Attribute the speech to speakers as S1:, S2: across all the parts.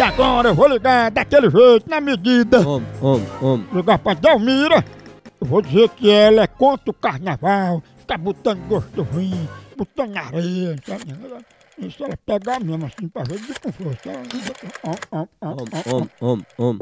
S1: agora, eu vou ligar daquele jeito, na medida.
S2: Homem, homem, homem.
S1: Ligar pra Delmira, eu vou dizer que ela é contra o carnaval, fica botando gosto ruim, botando areia, sabe? E se ela pegar mesmo assim pra ver de conforto, ela... Ó, ó, ó,
S2: Homem,
S1: ó, ó.
S2: homem, homem, homem.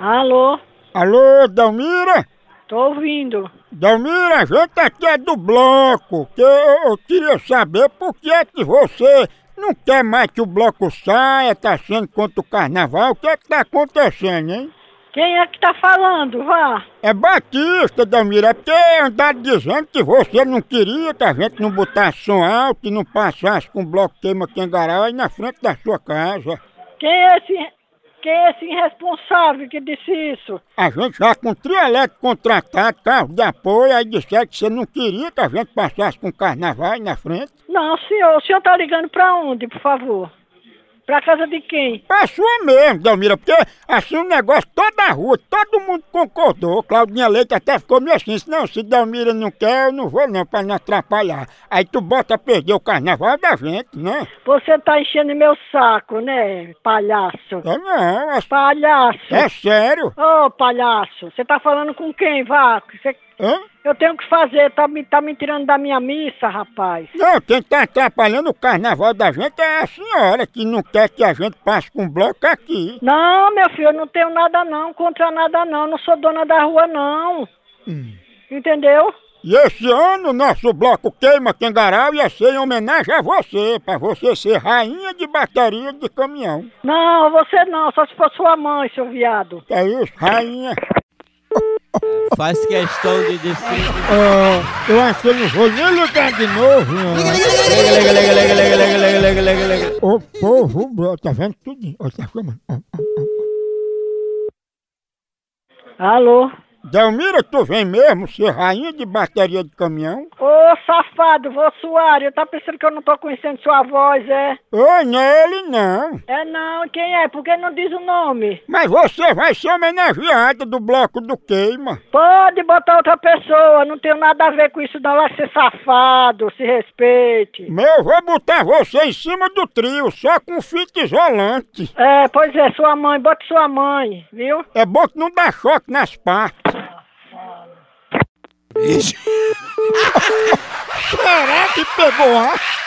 S3: Alô,
S1: Alô, Delmira?
S3: tô ouvindo.
S1: Delmira, a gente aqui é do bloco, que eu, eu queria saber por que é que você não quer mais que o bloco saia, tá sendo contra o carnaval, o que é que tá acontecendo, hein?
S3: Quem é que tá falando? Vá.
S1: É Batista, Delmira, é porque andaram dizendo que você não queria que a gente não botasse som alto e não passasse com o bloco queima quengarau aí na frente da sua casa.
S3: Quem é esse, quem é esse irresponsável que disse isso?
S1: A gente já com trio elétrico contratado, carro de apoio, aí disseram que você não queria que a gente passasse com o carnaval aí na frente.
S3: Não, senhor, o senhor tá ligando pra onde, por favor? Pra casa de quem?
S1: Pra sua mesmo, Delmira, porque assim o negócio toda a rua, todo mundo concordou. Claudinha Leite até ficou meio assim, disse, não, se Delmira não quer, eu não vou não, pra não atrapalhar. Aí tu bota a perder o carnaval da gente, né?
S3: Você tá enchendo meu saco, né, palhaço?
S1: Eu não, é,
S3: Palhaço!
S1: é sério.
S3: Ô, palhaço, você tá falando com quem, vá? Você-
S1: Hã?
S3: Eu tenho o que fazer, tá me, tá me tirando da minha missa, rapaz.
S1: Não, quem tá atrapalhando o carnaval da gente é a senhora que não quer que a gente passe com bloco aqui.
S3: Não, meu filho, eu não tenho nada não, contra nada não, não sou dona da rua não. Entendeu?
S1: E esse ano nosso bloco Queima Quengarau ia ser em homenagem a você, pra você ser rainha de bateria de caminhão.
S3: Não, você não, só se for sua mãe, seu viado.
S1: Que é isso, rainha?
S2: Faz questão de dizer.
S1: eu acho que eu não vou nem ligar de novo.
S2: Lega, lega, lega, lega, lega, lega, lega, lega, lega, lega.
S1: Ô povo, bro, tá vendo tudo? Ó, tá filmando. Ó, ó, ó.
S3: Alô?
S1: Delmira, tu vem mesmo ser rainha de bateria de caminhão?
S3: Ô, safado, vô suário, tá pensando que eu não tô conhecendo sua voz, é?
S1: Ô, não é ele não.
S3: É não, quem é? Por que não diz o nome?
S1: Mas você vai ser homenageada do bloco do queima.
S3: Pode botar outra pessoa, não tenho nada a ver com isso não, vai ser safado, se respeite.
S1: Meu, eu vou botar você em cima do trio, só com fita isolante.
S3: É, pois é, sua mãe, bota sua mãe, viu?
S1: É bom que não dá choque nas partes. Será que pegou ar?